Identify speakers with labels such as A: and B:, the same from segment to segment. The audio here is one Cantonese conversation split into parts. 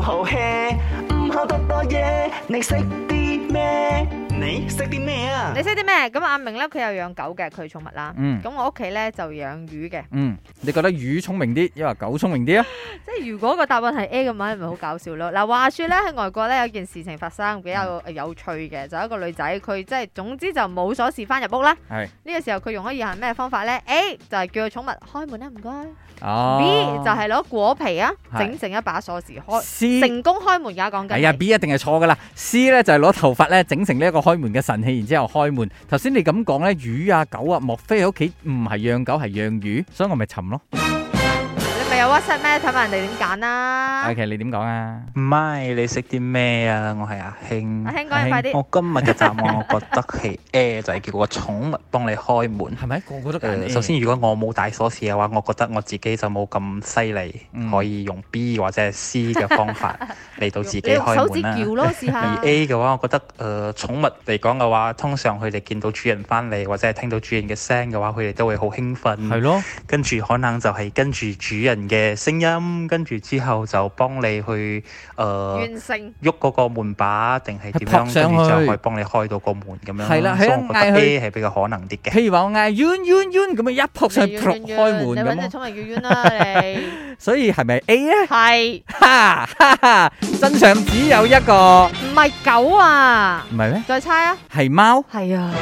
A: 好 hea，唔好得多嘢。你識啲咩？你識啲咩啊
B: 你？識啲咩？咁阿明咧，佢有養狗嘅，佢寵物啦。
C: 嗯
B: 咁我屋企咧就養魚嘅，
C: 嗯，你覺得魚聰明啲，抑或狗聰明啲啊？
B: 即係如果個答案係 A 嘅話，咪好搞笑咯。嗱，話說咧喺外國咧有件事情發生比較有趣嘅，就有一個女仔佢即係總之就冇鎖匙翻入屋啦。
C: 係
B: 呢個時候佢用咗以下咩方法咧？A 就係叫佢寵物開門啦，唔該。
C: 哦
B: B 就係攞果皮啊，
C: 係
B: 整成一把鎖匙開，
C: C。
B: 成功開門㗎。講緊係。
C: 係啊，B 一定係錯噶啦。C 咧就係攞頭髮咧整成呢一個開門嘅神器，然之後開門。頭先你咁講咧，魚啊狗啊，莫非喺屋企唔係養狗係養魚？所以我咪沉咯。
B: 你咪有 WhatsApp 咩？睇埋人哋點揀啦。
C: OK，你點講啊？
D: 唔係你識啲咩啊？我係阿興
B: 阿。興講嘢快啲。
D: 我今日嘅答案，我覺得係 A，就係叫個寵物幫你開門。
C: 係咪個個都
D: 誒、
C: 揀 A？
D: 首先如果我冇帶鎖匙嘅啊話，我覺得我自己就冇咁犀利，
C: 嗯
D: 可以用 B 或者係 C 嘅方 法嚟到自己
B: 你用手
D: 開
B: 指
D: 門啦。
B: 撬咯，試下
D: 而。A 嘅話，我覺得誒、呃、寵物嚟講嘅話，通常佢哋見到主人翻嚟或者係聽到主人嘅聲嘅話，佢哋都會好
C: 係
D: 興奮，
C: 咯，
D: 跟住可能就係跟住主人嘅聲音，跟住之後就幫你去呃誒
B: 完成。
D: 喐嗰個門把定係
C: 係
D: 點
C: 撲
D: 樣，
C: 上
D: 跟住就
C: 去
D: 可以幫你開到個門咁樣。
C: 係啦
D: 所以
C: 係啊
D: 我覺
C: 嗌佢
D: 得 A 係比較可能啲嘅。
C: 譬如話我嗌 yun yun yun 咁樣一撲上去
B: 你
C: 噗
B: 冤冤冤
C: 開
B: 你
C: 門
B: 揾
C: 咁啊
B: 隻
C: 咯，
B: 寵物叫冤啦，你
C: 所以係咪 A 咧？
B: 係
C: 哈哈哈！真相只有一個，
B: 唔係狗啊？
C: 唔係咩？
B: 再猜啊？
C: 係貓，
B: 係啊，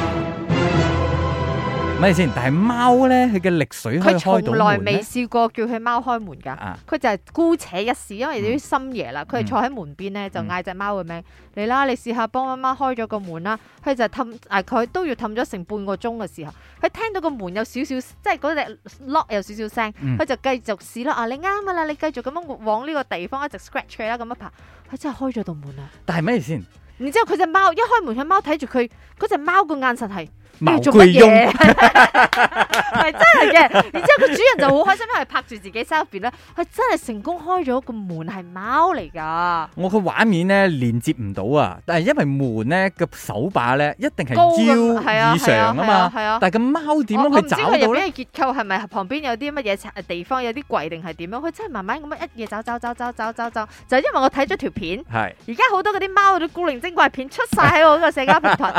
C: 咪先？但係貓咧，佢嘅力水可以
B: 佢
C: 開
B: 從
C: 到
B: 來
C: 門
B: 未
C: 咩？
B: 試過叫佢貓開門㗎。
C: 啊，
B: 佢就係姑且一試，因為啲深夜啦，佢係
C: 嗯
B: 坐喺門邊咧，就
C: 嗯
B: 嗌只貓嘅名嚟啦，你試下幫媽媽開咗個門啦。佢就氹，誒佢都要氹咗成半個鐘嘅時候，佢聽到個門有少少，即係嗰隻 lock 有少少聲，佢、
C: 嗯
B: 就繼續試啦。啊，你啱噶啦，你繼續咁樣往呢個地方一直 scratch 佢啦，咁樣爬，佢真係開咗道門啊啦。
C: 但係咪先？
B: 然之後佢只貓一開門，佢貓睇住佢嗰只貓個眼神係你
C: 毛
B: 要做
C: 具
B: 乜
C: 用
B: 嘢？ 係真係嘅。然之後個主人就好開心，因為拍住自己 selfie 咧，佢真係成功開咗個門，係貓嚟㗎。
C: 我個畫面咧連接唔到啊！但係因為門咧個手把咧一定係
B: 高咁係
C: 腰
B: 啊
C: 以
B: 係
C: 上
B: 啊
C: 啊
B: 係啊
C: 嘛，
B: 係啊。
C: 但係個貓點
B: 我
C: 樣
B: 我唔
C: 去
B: 知
C: 找
B: 佢
C: 到
B: 入
C: 咧？
B: 邊嘅結構係咪旁邊有啲乜嘢誒地方有啲櫃定係點樣？佢真係慢慢咁樣一嘢走走走走走走走，就係因為我睇咗條片，
C: 係
B: 而家好多嗰啲貓嗰啲古靈精怪片出晒喺我嗰個社交平 台，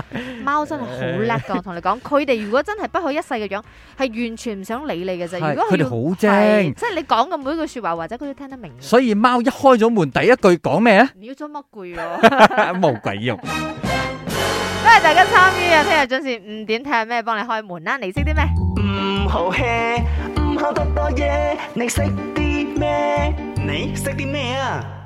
B: 貓真係好叻㗎，我同你講，佢哋如果真係不可一世嘅樣，係完全唔想理你嘅啫。
C: 係
B: 如果
C: 佢
B: 要
C: 哋好
B: 係
C: 精，
B: 即係你講嘅每一句説話，或者佢都聽得明嘅。
C: 所以貓一開咗門第一句講咩 咧？
B: 你要做乜攰喎？多
C: 冇鬼用。
B: 謝大家參與啊！聽日準時五點睇下咩幫你開門啦。你識啲咩？
A: 唔好 hea，唔好得多嘢。你識啲咩？你識啲咩啊？